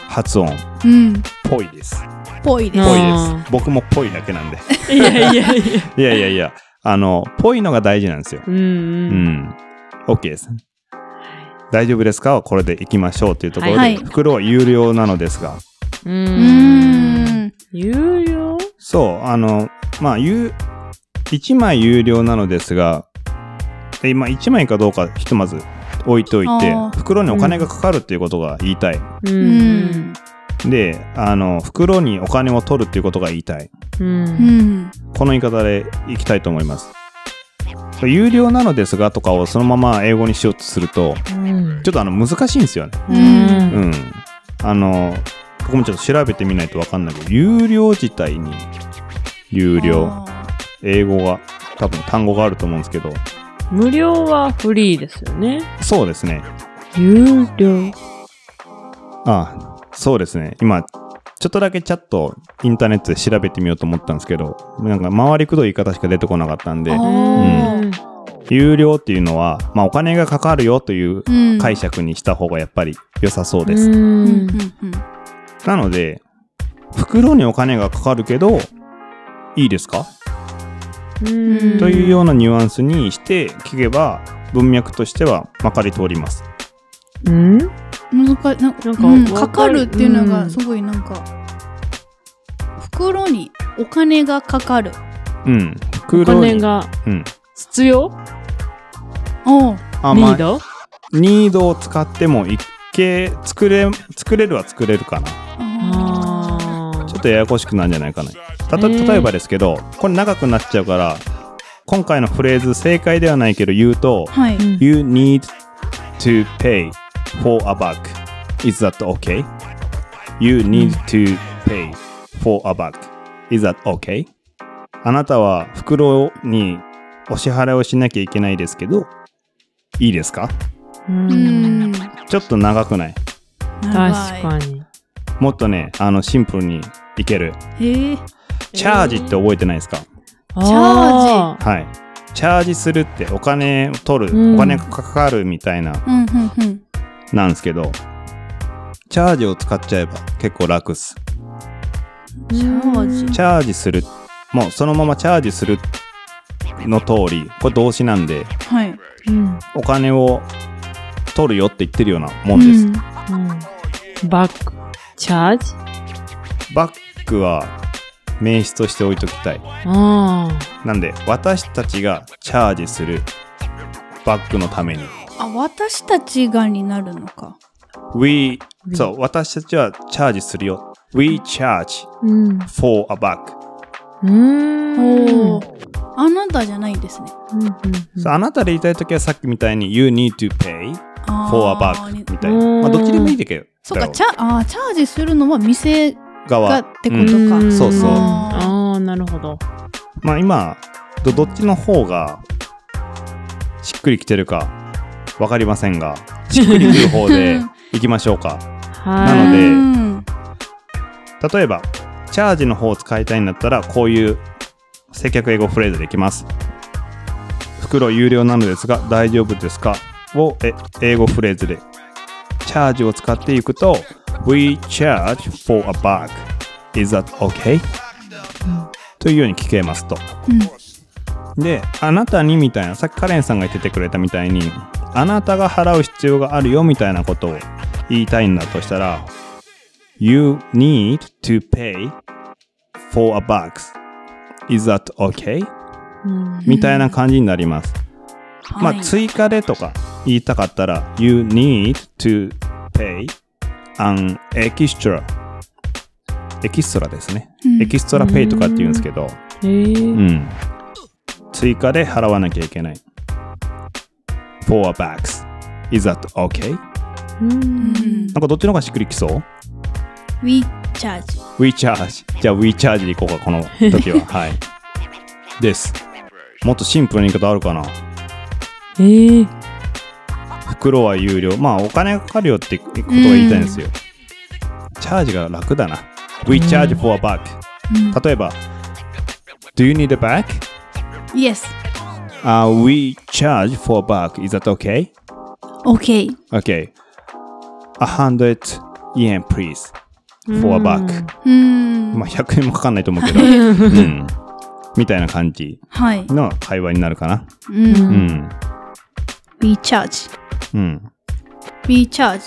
[SPEAKER 2] 発音っ
[SPEAKER 4] うん。
[SPEAKER 2] ぽいです。
[SPEAKER 4] ぽいです。
[SPEAKER 2] ぽ
[SPEAKER 3] う
[SPEAKER 2] い
[SPEAKER 3] ん
[SPEAKER 2] です。僕もぽいだけ なんで。
[SPEAKER 3] いやいやいや。
[SPEAKER 2] いやいやいや、あの、ぽいのが大事なんですよ。
[SPEAKER 3] うん
[SPEAKER 2] う
[SPEAKER 3] うん。
[SPEAKER 2] ん。OK です。大丈夫ですかはこれでいきましょうというところで、
[SPEAKER 4] はい
[SPEAKER 2] 袋は有料なのですが、
[SPEAKER 3] うー
[SPEAKER 4] う
[SPEAKER 3] ん。
[SPEAKER 4] ーん。
[SPEAKER 3] 有料
[SPEAKER 2] そう、あの、まあ、有、1枚有料なのですが、で今1枚かどうかひとまず置いといて
[SPEAKER 4] あー、
[SPEAKER 2] 袋にお金がかかるっていうことが言いたい。
[SPEAKER 3] う。
[SPEAKER 4] うんん。
[SPEAKER 2] で、あの、袋にお金を取るっていうことが言いたい。
[SPEAKER 3] う。
[SPEAKER 4] うんん。
[SPEAKER 2] この言い方でいきたいと思います。有料なのですがとかをそのまま英語にしようとすると、
[SPEAKER 3] うん。
[SPEAKER 2] ちょっとあの難しいんですよね。
[SPEAKER 3] うん
[SPEAKER 2] うん。あの、僕もちょっと調べてみないとわかんないけど、有料自体に有料。英語が多分単語があると思うんですけど
[SPEAKER 3] 無料はフリーですよね。
[SPEAKER 2] そうですね
[SPEAKER 3] 有料。
[SPEAKER 2] ああそうですね。今、ちょっとだけチャット、インターネットで調べてみようと思ったんですけど、なんか回りくどい言い方しか出てこなかったんで
[SPEAKER 4] あ、
[SPEAKER 3] う
[SPEAKER 4] ー
[SPEAKER 3] ん
[SPEAKER 2] 有料っていうのは、まあお金がかかるよという
[SPEAKER 4] うん
[SPEAKER 2] 解釈にした方がやっぱり良さそうです。
[SPEAKER 4] うん
[SPEAKER 3] う
[SPEAKER 4] うんんうん
[SPEAKER 2] なので、袋にお金がかかるけど、いいですか
[SPEAKER 3] うん
[SPEAKER 2] というようなニュアンスにして聞けば、文脈としてはまかり通ります。
[SPEAKER 3] うん
[SPEAKER 4] 難しいな
[SPEAKER 3] なんか
[SPEAKER 4] う
[SPEAKER 3] わ
[SPEAKER 4] ん
[SPEAKER 3] かる
[SPEAKER 4] かかるっていうの
[SPEAKER 3] う
[SPEAKER 4] が
[SPEAKER 3] ん
[SPEAKER 4] すごいなんか、袋にお金がかかる
[SPEAKER 2] うん。
[SPEAKER 3] お
[SPEAKER 2] 袋
[SPEAKER 3] 金
[SPEAKER 2] に。
[SPEAKER 3] が
[SPEAKER 2] うん。
[SPEAKER 3] 必要
[SPEAKER 4] おう
[SPEAKER 2] あ、
[SPEAKER 3] ニ
[SPEAKER 2] ま
[SPEAKER 3] ー
[SPEAKER 2] あ、
[SPEAKER 3] ド
[SPEAKER 2] ニードを使っても一見作れ、作れるは作れるかな。
[SPEAKER 4] あ
[SPEAKER 3] あ
[SPEAKER 2] ちょっとややこしくなるんじゃないかな。たと、
[SPEAKER 3] えー
[SPEAKER 2] 例えばですけど、これ長くなっちゃうから、今回のフレーズ正解ではないけど言うと
[SPEAKER 4] ー、はい、
[SPEAKER 3] うん
[SPEAKER 2] You need to pay for a bag. Is that okay? You need to pay for a bag. Is that okay? あなたは袋にお支払いをしなきゃいけないですけど、いいですか
[SPEAKER 3] う
[SPEAKER 4] うんん
[SPEAKER 2] ちょっと長くない
[SPEAKER 3] 確かに
[SPEAKER 2] もっとね、あの、シンプルにいける。
[SPEAKER 4] にえー、
[SPEAKER 2] チャージって覚えてないですか
[SPEAKER 3] チ
[SPEAKER 4] ャ
[SPEAKER 2] はい。チャージするってお金を取る、
[SPEAKER 3] うん
[SPEAKER 2] お金がかかるみたいな、
[SPEAKER 4] うんうんうん
[SPEAKER 2] なんですけど、チャージを使っちゃえば結構楽っす。
[SPEAKER 3] ジ
[SPEAKER 4] チャージ
[SPEAKER 2] チャージする、もうそのままチャージするの通り、これ動詞なんで、
[SPEAKER 4] はい
[SPEAKER 3] うん
[SPEAKER 2] お金を取るよって言ってるようなもんです。
[SPEAKER 3] うんバックチャージ
[SPEAKER 2] バックは名詞として置いときたい。
[SPEAKER 3] あ
[SPEAKER 2] なんで、私たちがチャージするバックのために。
[SPEAKER 4] あ私たちがになるのか
[SPEAKER 2] We,
[SPEAKER 3] We
[SPEAKER 2] そう、私たちはチャージするよ。We charge
[SPEAKER 3] ーうんう
[SPEAKER 2] for a bag.
[SPEAKER 3] ーん
[SPEAKER 4] おーあなたじゃないんですね
[SPEAKER 3] うんうん
[SPEAKER 2] そうあなたで言いたいときはさっきみたいに You need to pay
[SPEAKER 4] あー
[SPEAKER 2] for a bag みたいな。
[SPEAKER 3] うん
[SPEAKER 2] まあ、どっちでもいいんだけど。
[SPEAKER 4] そうかチャあーチャージするのは店が
[SPEAKER 2] 側
[SPEAKER 4] っ。てこ
[SPEAKER 2] う
[SPEAKER 4] とか、
[SPEAKER 3] ん
[SPEAKER 2] そうそう
[SPEAKER 3] ああなるほど
[SPEAKER 2] まあ今、どどっちの方がしっくりきてるかわかりませんが、しっくりくる方でいきましょうか。
[SPEAKER 3] はい
[SPEAKER 2] なので
[SPEAKER 4] うん
[SPEAKER 2] 例えば、チャージの方を使いたいんだったら、こういう接客英語フレーズでいきます。袋有料なのですが大丈夫ですかをえ英語フレーズで。チャージを使っていくと、We charge for a bag. Is that okay?、というように聞けますと。
[SPEAKER 4] うん
[SPEAKER 2] で、あなたにみたいな、さっきカレンさんが言っててくれたみたいに、あなたが払う必要があるよみたいなことを言いたいんだとしたら、You need to pay for a bag. Is that okay?
[SPEAKER 3] うん
[SPEAKER 2] みたいな感じになります。ま
[SPEAKER 4] は
[SPEAKER 2] あ、
[SPEAKER 4] い
[SPEAKER 2] 追加でとか言いたかったら、You need to pay an extra. エキストラですね。
[SPEAKER 4] うん
[SPEAKER 2] エキストラペイとかって言うんですけど、
[SPEAKER 3] えー
[SPEAKER 2] うん。追加で払わなきゃいけない。Four bags. Is that okay?
[SPEAKER 3] うん
[SPEAKER 2] なんかどっちの方がしっくりきそう
[SPEAKER 4] We charge
[SPEAKER 2] ?We charge. じゃあ We charge でいこうか、この時 は。はい。です。もっとシンプルな言い方あるかな
[SPEAKER 3] えー
[SPEAKER 2] 袋は有料。まあお金がかかるよってことが言いたいんですよ。チャージが楽だな。We charge for a bag.
[SPEAKER 4] うん
[SPEAKER 2] 例えば、Do you need a bag?、
[SPEAKER 4] Yes
[SPEAKER 2] Uh, we charge for a bag. Is that okay?
[SPEAKER 4] OK
[SPEAKER 2] Okay. A hundred yen, please. For a bag.
[SPEAKER 4] うーん
[SPEAKER 2] まあ、100円もかかんないと思う けど。うん。みたいな感じ
[SPEAKER 4] はい、
[SPEAKER 2] の会話になるかな。
[SPEAKER 4] うん
[SPEAKER 2] うん。
[SPEAKER 4] We charge
[SPEAKER 2] うん。
[SPEAKER 4] We charge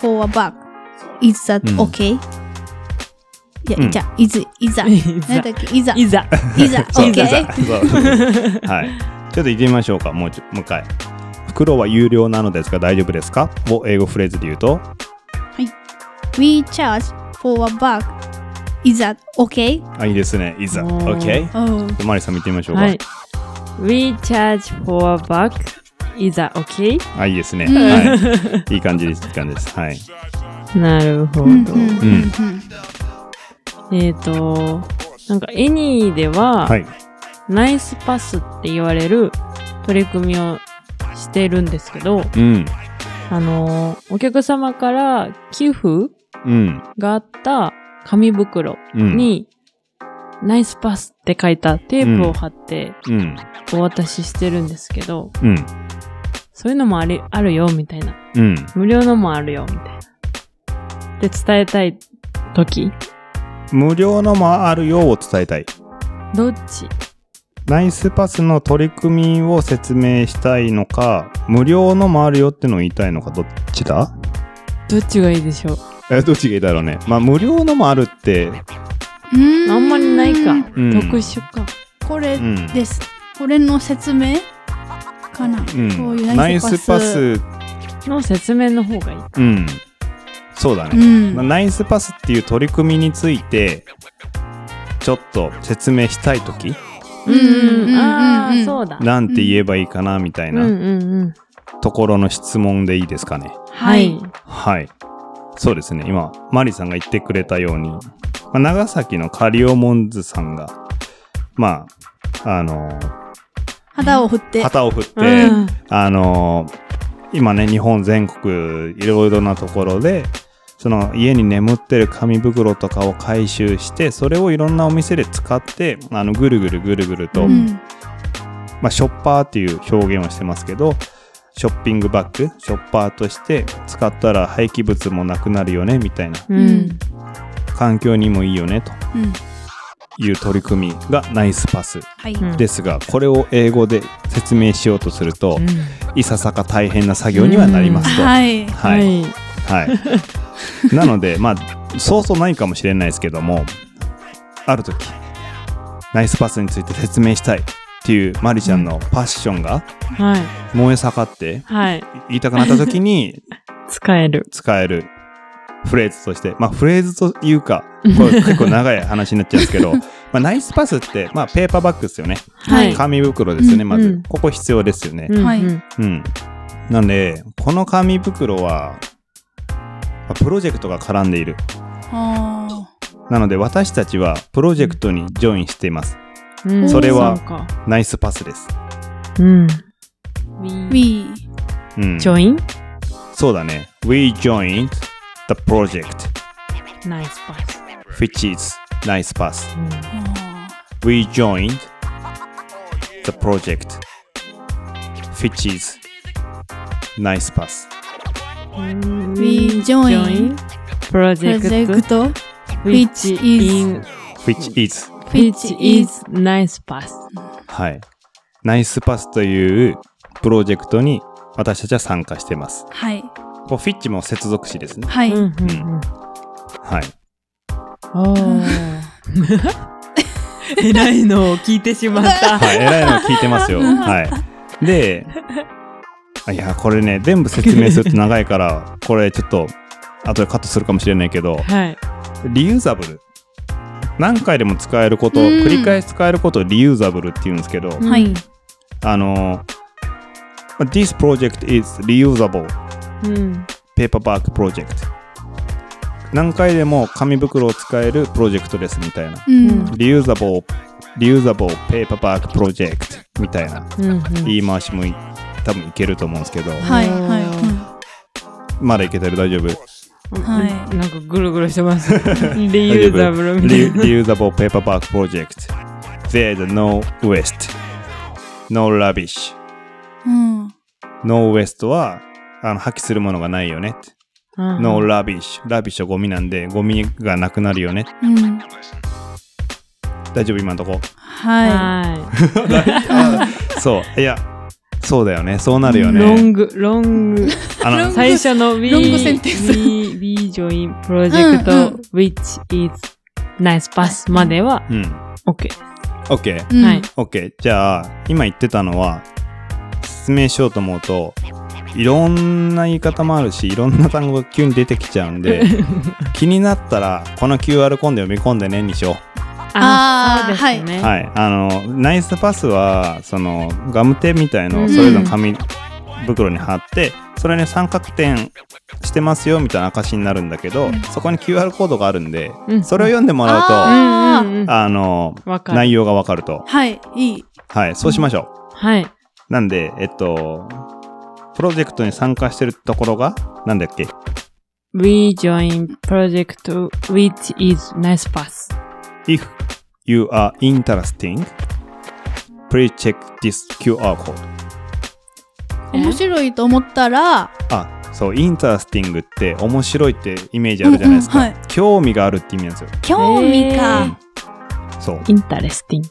[SPEAKER 4] for a bag Is that okay?、いや、じゃあ、いず、いざ。なんだっけ、いざ、
[SPEAKER 3] いざ
[SPEAKER 4] いざ、
[SPEAKER 2] そう
[SPEAKER 4] OK?
[SPEAKER 2] そうそう はい。ちょっと言ってみましょうか。もうちょ、もう一回。袋は有料なのですが大丈夫ですかを英語フレーズで言うと、
[SPEAKER 4] We charge for a bag. Is that okay?
[SPEAKER 2] あ、いいですね。いざ。
[SPEAKER 3] おー
[SPEAKER 2] OK?
[SPEAKER 4] うん。
[SPEAKER 2] マリさん見てみましょうか。
[SPEAKER 3] はい We charge for a bag is that okay?
[SPEAKER 2] あ、いいですね。はい。いい感じです。いい感じです。はい。
[SPEAKER 3] なるほど、
[SPEAKER 4] うんうんうんうん
[SPEAKER 3] えっ、となんかエニーでは、
[SPEAKER 2] はい。
[SPEAKER 3] ナイスパスって言われる取り組みをしてるんですけど、
[SPEAKER 2] うん。
[SPEAKER 3] あのーお客様から寄付
[SPEAKER 2] うん。
[SPEAKER 3] があった紙袋
[SPEAKER 2] うん。
[SPEAKER 3] に、ナイスパスって書いたテープを貼って
[SPEAKER 2] うん。
[SPEAKER 3] お渡ししてるんですけど、
[SPEAKER 2] うん。
[SPEAKER 3] そういうのもありあるよ、みたいな。
[SPEAKER 2] うん。
[SPEAKER 3] 無料のもあるよ、みたいな。で、伝えたい時
[SPEAKER 2] 無料のもあるよを伝えたい。
[SPEAKER 3] どっち
[SPEAKER 2] ナイスパスの取り組みを説明したいのか、無料のもあるよってのを言いたいのか、どっちだ
[SPEAKER 3] どっちがいいでしょう
[SPEAKER 2] え、どっちがいいだろうね。まあ、無料のもあるって、
[SPEAKER 4] うん
[SPEAKER 3] あんまりないか。
[SPEAKER 2] うん
[SPEAKER 3] 特殊か。
[SPEAKER 4] これ
[SPEAKER 2] うん。
[SPEAKER 4] です。これの説明かな。
[SPEAKER 2] うん
[SPEAKER 4] こういう
[SPEAKER 2] ナイスパス、
[SPEAKER 3] の説明の方がいい。
[SPEAKER 2] うん。そうだ
[SPEAKER 4] う
[SPEAKER 2] ね、
[SPEAKER 4] ん。
[SPEAKER 2] ナイスパスっていう取り組みについて、ちょっと説明したいとき、
[SPEAKER 4] うんうんうんうんうん
[SPEAKER 3] ああ、そうだ。
[SPEAKER 2] なんて言えばいいかなみたい
[SPEAKER 3] うんう
[SPEAKER 2] なん
[SPEAKER 3] うん。
[SPEAKER 2] ところの質問でいいですかね。
[SPEAKER 3] はい。
[SPEAKER 2] はい。そうですね。今、マリさんが言ってくれたように、まあ長崎のカリオモンズさんが、まあ、あの
[SPEAKER 4] 肌を振って。
[SPEAKER 2] 旗を振って、
[SPEAKER 3] うん
[SPEAKER 2] あの今ね、日本全国、いろいろなところで、その家に眠ってる紙袋とかを回収して、それをいろんなお店で使って、あの、ぐるぐるぐるぐると、
[SPEAKER 4] うん。
[SPEAKER 2] まあ、ショッパーっていう表現をしてますけど、ショッピングバッグ、ショッパーとして使ったら廃棄物もなくなるよね、みたいな。
[SPEAKER 3] う
[SPEAKER 4] うんん。
[SPEAKER 2] 環境にもいいよねと
[SPEAKER 4] うん。
[SPEAKER 2] いう取り組みがナイスパス
[SPEAKER 4] はい。
[SPEAKER 3] うん
[SPEAKER 2] ですがこれを英語で説明しようとすると
[SPEAKER 3] うん
[SPEAKER 2] いささか大変な作業にはなりますと。は、
[SPEAKER 4] はい。
[SPEAKER 3] はいい。
[SPEAKER 2] はい、なのでまあそうそうないかもしれないですけどもある時ナイスパスについて説明したいっていうマリちゃんのパッションが
[SPEAKER 3] はい。
[SPEAKER 2] 燃え盛って
[SPEAKER 3] はい。
[SPEAKER 2] 言いたくなった時に
[SPEAKER 3] 使える。
[SPEAKER 2] 使えるフレーズとして、まあフレーズというか、これ結構長い話になっちゃうんですけ ど、まあナイスパスって、まあペーパーバッグですよね。
[SPEAKER 3] はい。
[SPEAKER 2] 紙袋ですよね、ま
[SPEAKER 3] う
[SPEAKER 2] ず
[SPEAKER 3] ん。
[SPEAKER 2] ここ必要ですよね。
[SPEAKER 3] うん
[SPEAKER 4] はい
[SPEAKER 3] うん
[SPEAKER 2] うん。なんで、この紙袋は、まあプロジェクトが絡んでいる。
[SPEAKER 4] あ
[SPEAKER 2] なので私たちはプロジェクトにジョインしています。
[SPEAKER 3] うん
[SPEAKER 2] それは
[SPEAKER 3] うか
[SPEAKER 2] ナイスパスです。
[SPEAKER 3] うん。
[SPEAKER 4] ー
[SPEAKER 3] We
[SPEAKER 4] We
[SPEAKER 2] うん。
[SPEAKER 3] join?
[SPEAKER 2] そうだね。We joined the project,
[SPEAKER 3] Nice pass.
[SPEAKER 2] which is nice pass.
[SPEAKER 3] うん
[SPEAKER 2] We joined the project, which is Nice Pass.
[SPEAKER 4] We join
[SPEAKER 3] project
[SPEAKER 4] Project
[SPEAKER 3] which
[SPEAKER 4] which is-
[SPEAKER 3] in
[SPEAKER 2] Which is.
[SPEAKER 3] which is nice pass.
[SPEAKER 2] はい。Nice Pass というプロジェクトに私たちは参加してます。
[SPEAKER 4] はい。
[SPEAKER 2] こうフィッチも接続詞ですね。
[SPEAKER 4] は
[SPEAKER 3] う
[SPEAKER 4] い。
[SPEAKER 3] んうんうん
[SPEAKER 2] はい。
[SPEAKER 3] おー 偉いのを聞いてしま った。
[SPEAKER 2] はい。偉いの聞いてますよ。はい。で、あいや、これね、全部説明すると長いから、これちょっと、後でカットするかもしれないけど、
[SPEAKER 3] はい。
[SPEAKER 2] リユーザブル何回でも使えること、
[SPEAKER 4] うん
[SPEAKER 2] 繰り返し使えることをリユーザブルって言うんですけど、
[SPEAKER 4] はい
[SPEAKER 3] うん
[SPEAKER 2] あのまあ This project is reusable
[SPEAKER 3] うん。
[SPEAKER 2] paperback project 何回でも紙袋を使えるプロジェクトですみたいな
[SPEAKER 4] うん。
[SPEAKER 2] reusable reusable paperback project みたいな
[SPEAKER 3] うんうん
[SPEAKER 2] 言い回しもい多分いけると思うんですけど
[SPEAKER 4] はい。
[SPEAKER 3] うん
[SPEAKER 4] は
[SPEAKER 2] まだいけてる大丈夫
[SPEAKER 4] は
[SPEAKER 3] なんかぐるぐるしてます。 リユーザブルみたいな。
[SPEAKER 2] Reusable paperback project. There's no waste. No rubbish.
[SPEAKER 4] い。うん。
[SPEAKER 2] No waste はあの破棄するものがないよねって。No rubbish. rubbish はゴミなんでゴミがなくなるよね。
[SPEAKER 4] うん。
[SPEAKER 2] 大丈夫今のとこ。
[SPEAKER 4] は
[SPEAKER 3] はい。
[SPEAKER 2] そう。いや、そうだよね。そうなるよ
[SPEAKER 3] ロ
[SPEAKER 2] ね。
[SPEAKER 3] ング、ロン グ。
[SPEAKER 2] あ
[SPEAKER 4] ロン
[SPEAKER 2] の
[SPEAKER 4] グ
[SPEAKER 3] 最初の We,
[SPEAKER 4] ロングセンテンス
[SPEAKER 3] We, We join project
[SPEAKER 4] うんうん
[SPEAKER 3] which is nice pass までは
[SPEAKER 2] うん。
[SPEAKER 3] OK。
[SPEAKER 2] OK。
[SPEAKER 4] い。うん
[SPEAKER 3] はい。
[SPEAKER 2] OK。じゃあ、今言ってたのは、説明しようと思うと、いろんな言い方もあるし、いろんな単語が急に出てきちゃうんで、気になったら、この QR コード読み込んでね、にしよ
[SPEAKER 3] あ
[SPEAKER 4] あー
[SPEAKER 3] そうですね。
[SPEAKER 2] う。はい。あの、ナイスパスは、その、ガムテみたいのをそれぞれの紙袋に貼って、それね、三角点してますよ、みたいな証になるんだけど、そこに QR コードがあるんで、
[SPEAKER 3] うん
[SPEAKER 2] それを読んでもらうと、
[SPEAKER 4] あ
[SPEAKER 3] うんうんうん。
[SPEAKER 2] あの、
[SPEAKER 3] わかる。
[SPEAKER 2] 内容がわかると。
[SPEAKER 4] はい。いい。
[SPEAKER 2] はい。そうしましょう。
[SPEAKER 3] はい。
[SPEAKER 2] なんで、えっと、プロジェクトに参加してるところが、なんだっけ
[SPEAKER 3] rejoin project which is nice pass.
[SPEAKER 2] If you are interesting, please check this QR code.
[SPEAKER 4] 面白いと思ったら、
[SPEAKER 2] あ、そう、インタースティングって面白いってイメージあるじゃないですか。
[SPEAKER 4] うんうんは
[SPEAKER 2] 興味があるって意味なんですよ。
[SPEAKER 4] 興味か。
[SPEAKER 2] そう。
[SPEAKER 3] Interesting.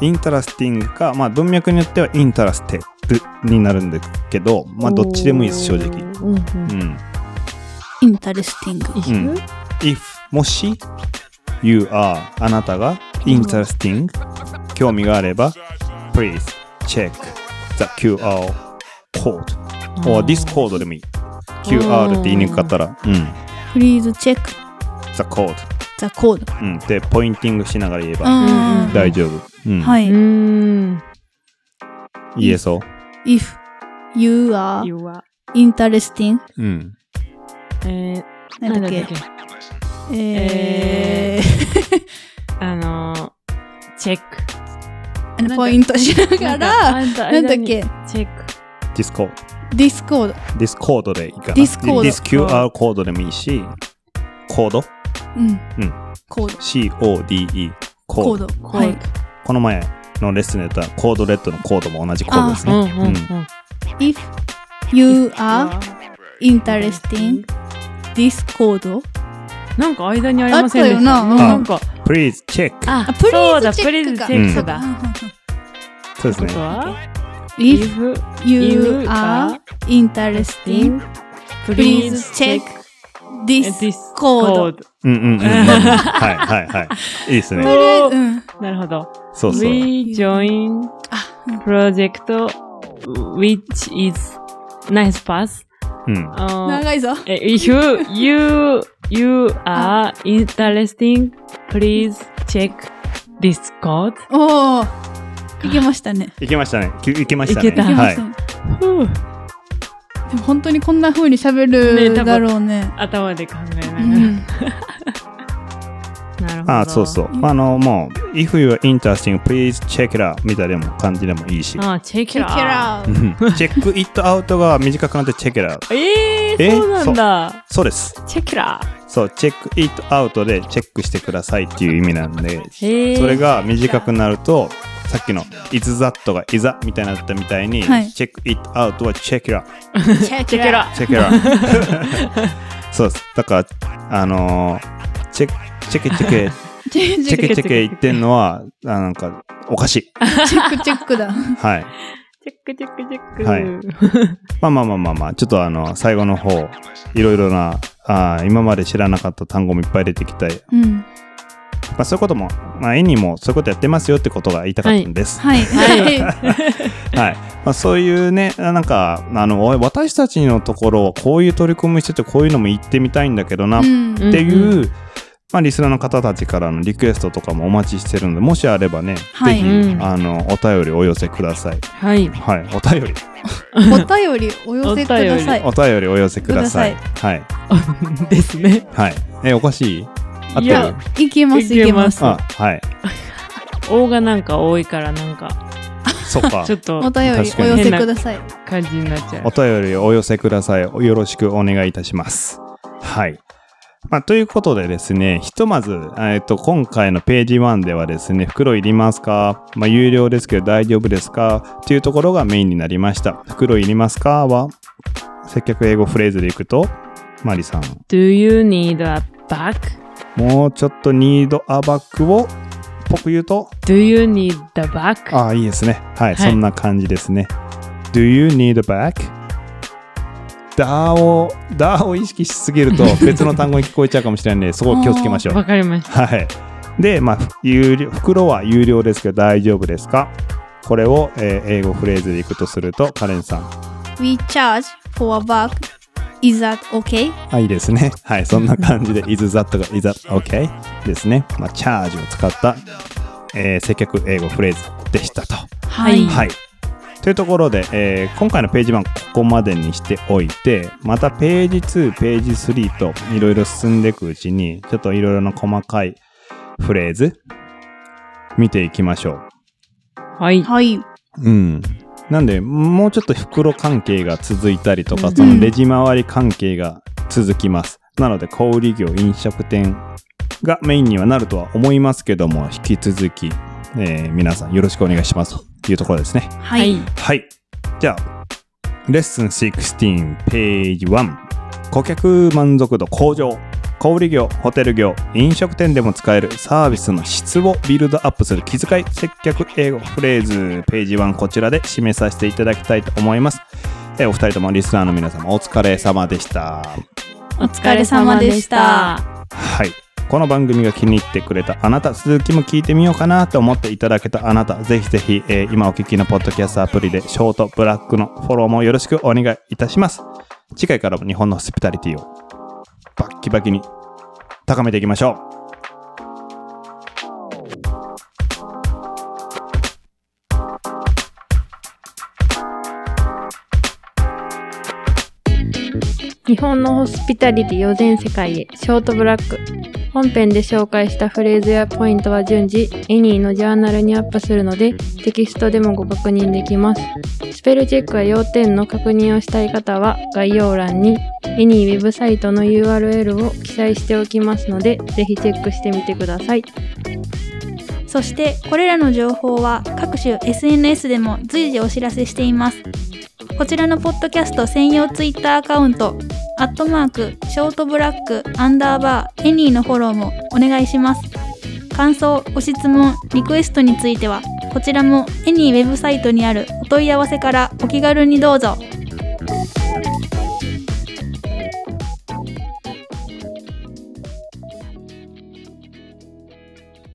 [SPEAKER 2] インタラスティングか、まあ文脈によってはインタラステッドになるんですけど、まあどっちでもいいです、正直。
[SPEAKER 3] うん
[SPEAKER 4] Mm-hmm.
[SPEAKER 3] うん
[SPEAKER 2] うん。
[SPEAKER 4] インタレスティン
[SPEAKER 3] い
[SPEAKER 4] グ。
[SPEAKER 3] いよ
[SPEAKER 2] if もし you are あなたが interesting 興味があれば please check the QR code or this code でもいい QR って言いにくかったら、うん、
[SPEAKER 4] フリーズチェック
[SPEAKER 2] the code、
[SPEAKER 4] ザコー
[SPEAKER 2] う
[SPEAKER 4] ド。
[SPEAKER 2] ん、でポインティングしながら言えば
[SPEAKER 4] うん。
[SPEAKER 2] 大丈夫、うん
[SPEAKER 4] は
[SPEAKER 3] う
[SPEAKER 4] い。
[SPEAKER 3] ーん。
[SPEAKER 2] 言えそ
[SPEAKER 4] if you are
[SPEAKER 3] You are. eh,
[SPEAKER 4] interesting
[SPEAKER 2] う、うん、
[SPEAKER 3] えー、
[SPEAKER 4] なんだっけえー、
[SPEAKER 3] あのー、チェック。
[SPEAKER 4] あのポイントしながら、
[SPEAKER 3] なんか
[SPEAKER 4] なんだっけ、
[SPEAKER 3] チェック。
[SPEAKER 2] Discord
[SPEAKER 4] Discord、
[SPEAKER 2] Discord でいいかな
[SPEAKER 4] Discord
[SPEAKER 2] This QR コードでもいいしコード
[SPEAKER 4] うん、
[SPEAKER 2] うん
[SPEAKER 4] コード、
[SPEAKER 2] CODE コー
[SPEAKER 4] コ
[SPEAKER 2] ド
[SPEAKER 4] ード、
[SPEAKER 3] コード
[SPEAKER 4] はい。
[SPEAKER 2] この前のレッスンでやったコードレッドのコードも同じコードです
[SPEAKER 3] う
[SPEAKER 2] ね。
[SPEAKER 3] んうんうん。
[SPEAKER 4] If you are interesting Discord
[SPEAKER 3] なんか間にありませんでした。
[SPEAKER 4] あったよなうん
[SPEAKER 3] なんか、
[SPEAKER 2] Please check。
[SPEAKER 3] あ
[SPEAKER 4] プリ
[SPEAKER 3] そう
[SPEAKER 4] ー
[SPEAKER 3] だ、
[SPEAKER 4] ズチ
[SPEAKER 3] プリ
[SPEAKER 4] ェ
[SPEAKER 3] ー
[SPEAKER 4] ッ
[SPEAKER 3] ズ
[SPEAKER 4] ク
[SPEAKER 3] チ
[SPEAKER 4] か。
[SPEAKER 3] ェックだ。
[SPEAKER 2] そうです
[SPEAKER 3] こ
[SPEAKER 2] ね。
[SPEAKER 3] とは
[SPEAKER 4] If you are
[SPEAKER 3] in
[SPEAKER 4] interesting
[SPEAKER 3] please
[SPEAKER 4] please
[SPEAKER 3] check
[SPEAKER 4] check
[SPEAKER 3] this
[SPEAKER 4] Discord
[SPEAKER 3] code
[SPEAKER 2] うんうんうんうん。はいはいはい。いいですね。
[SPEAKER 3] を
[SPEAKER 4] うん、
[SPEAKER 3] なるほど。
[SPEAKER 2] そうそう。
[SPEAKER 3] We join
[SPEAKER 4] あ、うん
[SPEAKER 3] project which is nice pass.
[SPEAKER 2] うん。
[SPEAKER 3] Uh,
[SPEAKER 4] 長いぞ。
[SPEAKER 3] eh, if you, you, you are interesting, please check this code.
[SPEAKER 4] おお、いけましたね。
[SPEAKER 2] いけましたね。きいけましたね。
[SPEAKER 3] いけた
[SPEAKER 4] いけま
[SPEAKER 2] は
[SPEAKER 4] し
[SPEAKER 2] い
[SPEAKER 4] た。ね。
[SPEAKER 3] ふう
[SPEAKER 4] でも本当にこんな風に
[SPEAKER 3] ね
[SPEAKER 4] 喋る
[SPEAKER 3] 多分
[SPEAKER 4] だろうね。
[SPEAKER 3] 頭で考えなが
[SPEAKER 4] う
[SPEAKER 3] ら。
[SPEAKER 4] ん
[SPEAKER 3] なるほど。。
[SPEAKER 2] あ、そうそうう。あの、もう、if you are interesting, please check it out みたいでも感じでもいいし。
[SPEAKER 3] あ、チェキ
[SPEAKER 4] Check
[SPEAKER 3] ラー。
[SPEAKER 4] it out
[SPEAKER 2] うん チェックイットアウトが短くなってチェック it out。
[SPEAKER 3] え
[SPEAKER 2] え
[SPEAKER 3] ー、そうなんだ。
[SPEAKER 2] そうです。
[SPEAKER 3] チェキラ
[SPEAKER 2] そう、チェックイットアウトでチェックしてくださいっていう意味なんで、
[SPEAKER 3] ー。えー、
[SPEAKER 2] それが短くなると、さっきの is that が is that みたいになったみたいに、
[SPEAKER 4] はい
[SPEAKER 2] チェックイットアウトはチェックラ、
[SPEAKER 3] チェキラ
[SPEAKER 2] チェックラ。そうです。だから、あのーチェッチェケチェ ケ、
[SPEAKER 4] チェック
[SPEAKER 2] チェケチェケ言ってんのは、あなんか、おかしい。
[SPEAKER 4] チェックチェックだ。
[SPEAKER 2] はい。
[SPEAKER 3] チェックチェックチェック。
[SPEAKER 2] はいまあまあまあまあまあ、ちょっとあの、最後の方、いろいろな、あー今まで知らなかった単語もいっぱい出てきたり、
[SPEAKER 4] うん。
[SPEAKER 2] まあそういうことも、まあ絵にもそういうことやってますよってことが言いたかったんです。
[SPEAKER 4] はい。 はい。
[SPEAKER 2] はい。まあ、そういうね、あなんか、あの、おい私たちのところ、こういう取り組みしてて、こういうのも行ってみたいんだけどな、
[SPEAKER 4] う
[SPEAKER 2] っ
[SPEAKER 4] ん。
[SPEAKER 3] うん
[SPEAKER 2] ていう、まあ、リスナーの方たちからのリクエストとかもお待ちしてるので、もしあればね、
[SPEAKER 4] はい
[SPEAKER 2] ぜひ、
[SPEAKER 3] うん
[SPEAKER 2] あの、お便りお寄せください。
[SPEAKER 3] はい。
[SPEAKER 2] はい。お便り、
[SPEAKER 4] お便りお寄せください。
[SPEAKER 2] お便りお寄せください。
[SPEAKER 4] く
[SPEAKER 2] はい。
[SPEAKER 3] ですね。
[SPEAKER 2] はい。え、おかしい合っ
[SPEAKER 3] い
[SPEAKER 2] てる
[SPEAKER 3] や、
[SPEAKER 4] いけます、いけます。
[SPEAKER 2] あ、はい。
[SPEAKER 3] 王がなんか多いからなんか、
[SPEAKER 2] そっ か
[SPEAKER 3] ち。ょっと
[SPEAKER 4] お便りお寄せください。
[SPEAKER 3] 感じになっち ゃ
[SPEAKER 2] お
[SPEAKER 3] う。
[SPEAKER 2] 便りお寄せください。よろしくお願いいたします。はい。まあ、ということでですね、ひとまず、えっと、今回のページ1ではですね、袋いりますかまあ、有料ですけど大丈夫ですかっていうところがメインになりました。袋いりますかは、接客英語フレーズでいくと、マリさん、
[SPEAKER 3] Do you need a bag?
[SPEAKER 2] もうちょっとニードアバックを、ぽく言うと、
[SPEAKER 3] Do you need a bag?
[SPEAKER 2] ああ、いいですね。はい、
[SPEAKER 3] い
[SPEAKER 2] そんな感じですね。Do you need a back? ダーを、ダーを意識しすぎ ると別の単語に聞こえちゃうかもしれないので、そこを気をつけましょう
[SPEAKER 3] わ。かりました。
[SPEAKER 2] はい。で、まあ、ふ有料袋は有料ですけど大丈夫ですかこれを、えー英語フレーズでいくとすると、カレンさん。
[SPEAKER 4] We charge for a bag. Is that okay?
[SPEAKER 2] あ、いいですね。はい、そんな感 じで、is that が is that okay? ですね。まあ、チャージを使った、えー接客英語フレーズでしたと。
[SPEAKER 3] はい
[SPEAKER 2] はい。というところで、えー今回のページ1ここまでにしておいて、またページ2、ページ3といろいろ進んでいくうちに、ちょっといろいろな細かいフレーズ、見ていきましょ
[SPEAKER 3] はい。
[SPEAKER 4] はい。
[SPEAKER 2] う。うん。なんで、もうちょっと袋関係が続いたりとか、
[SPEAKER 3] うん
[SPEAKER 2] そのレジ回り関係が続きます。なので、小売業、飲食店がメインにはなるとは思いますけども、引き続き、えー皆さんよろしくお願いしますというところですね。
[SPEAKER 4] は。
[SPEAKER 5] はいい。
[SPEAKER 2] はい。じゃあ、レッスン16、ページ1。顧客満足度向上。小売業、ホテル業、飲食店でも使えるサービスの質をビルドアップする気遣い、接客、英語、フレーズ、ページ1こちらで締めさせていただきたいと思います。えーお二人ともリスナーの皆様お疲れ様でした。
[SPEAKER 5] お疲れ様でした。
[SPEAKER 2] はい。この番組が気に入ってくれたあなた、続きも聞いてみようかなと思っていただけたあなた、ぜひぜひ、えー今お聞きのポッドキャストアプリで、ショート、ブラックのフォローもよろしくお願いいたします。次回からも日本のホスピタリティをバッキバキに高めていきましょう。
[SPEAKER 3] 日本のホスピタリティを全世界へショートブラック本編で紹介したフレーズやポイントは順次エニーのジャーナルにアップするのでテキストでもご確認できますスペルチェックや要点の確認をしたい方は概要欄にエニーウェブサイトの URL を記載しておきますのでぜひチェックしてみてください
[SPEAKER 4] そして、これらの情報は各種 SNS でも随時お知らせしています。こちらのポッドキャスト専用ツイッターアカウント、アットマーク、ショートブラック、アンダーバー、エニーのフォローもお願いします。感想、ご質問、リクエストについては、こちらもエニーウェブサイトにあるお問い合わせからお気軽にどうぞ。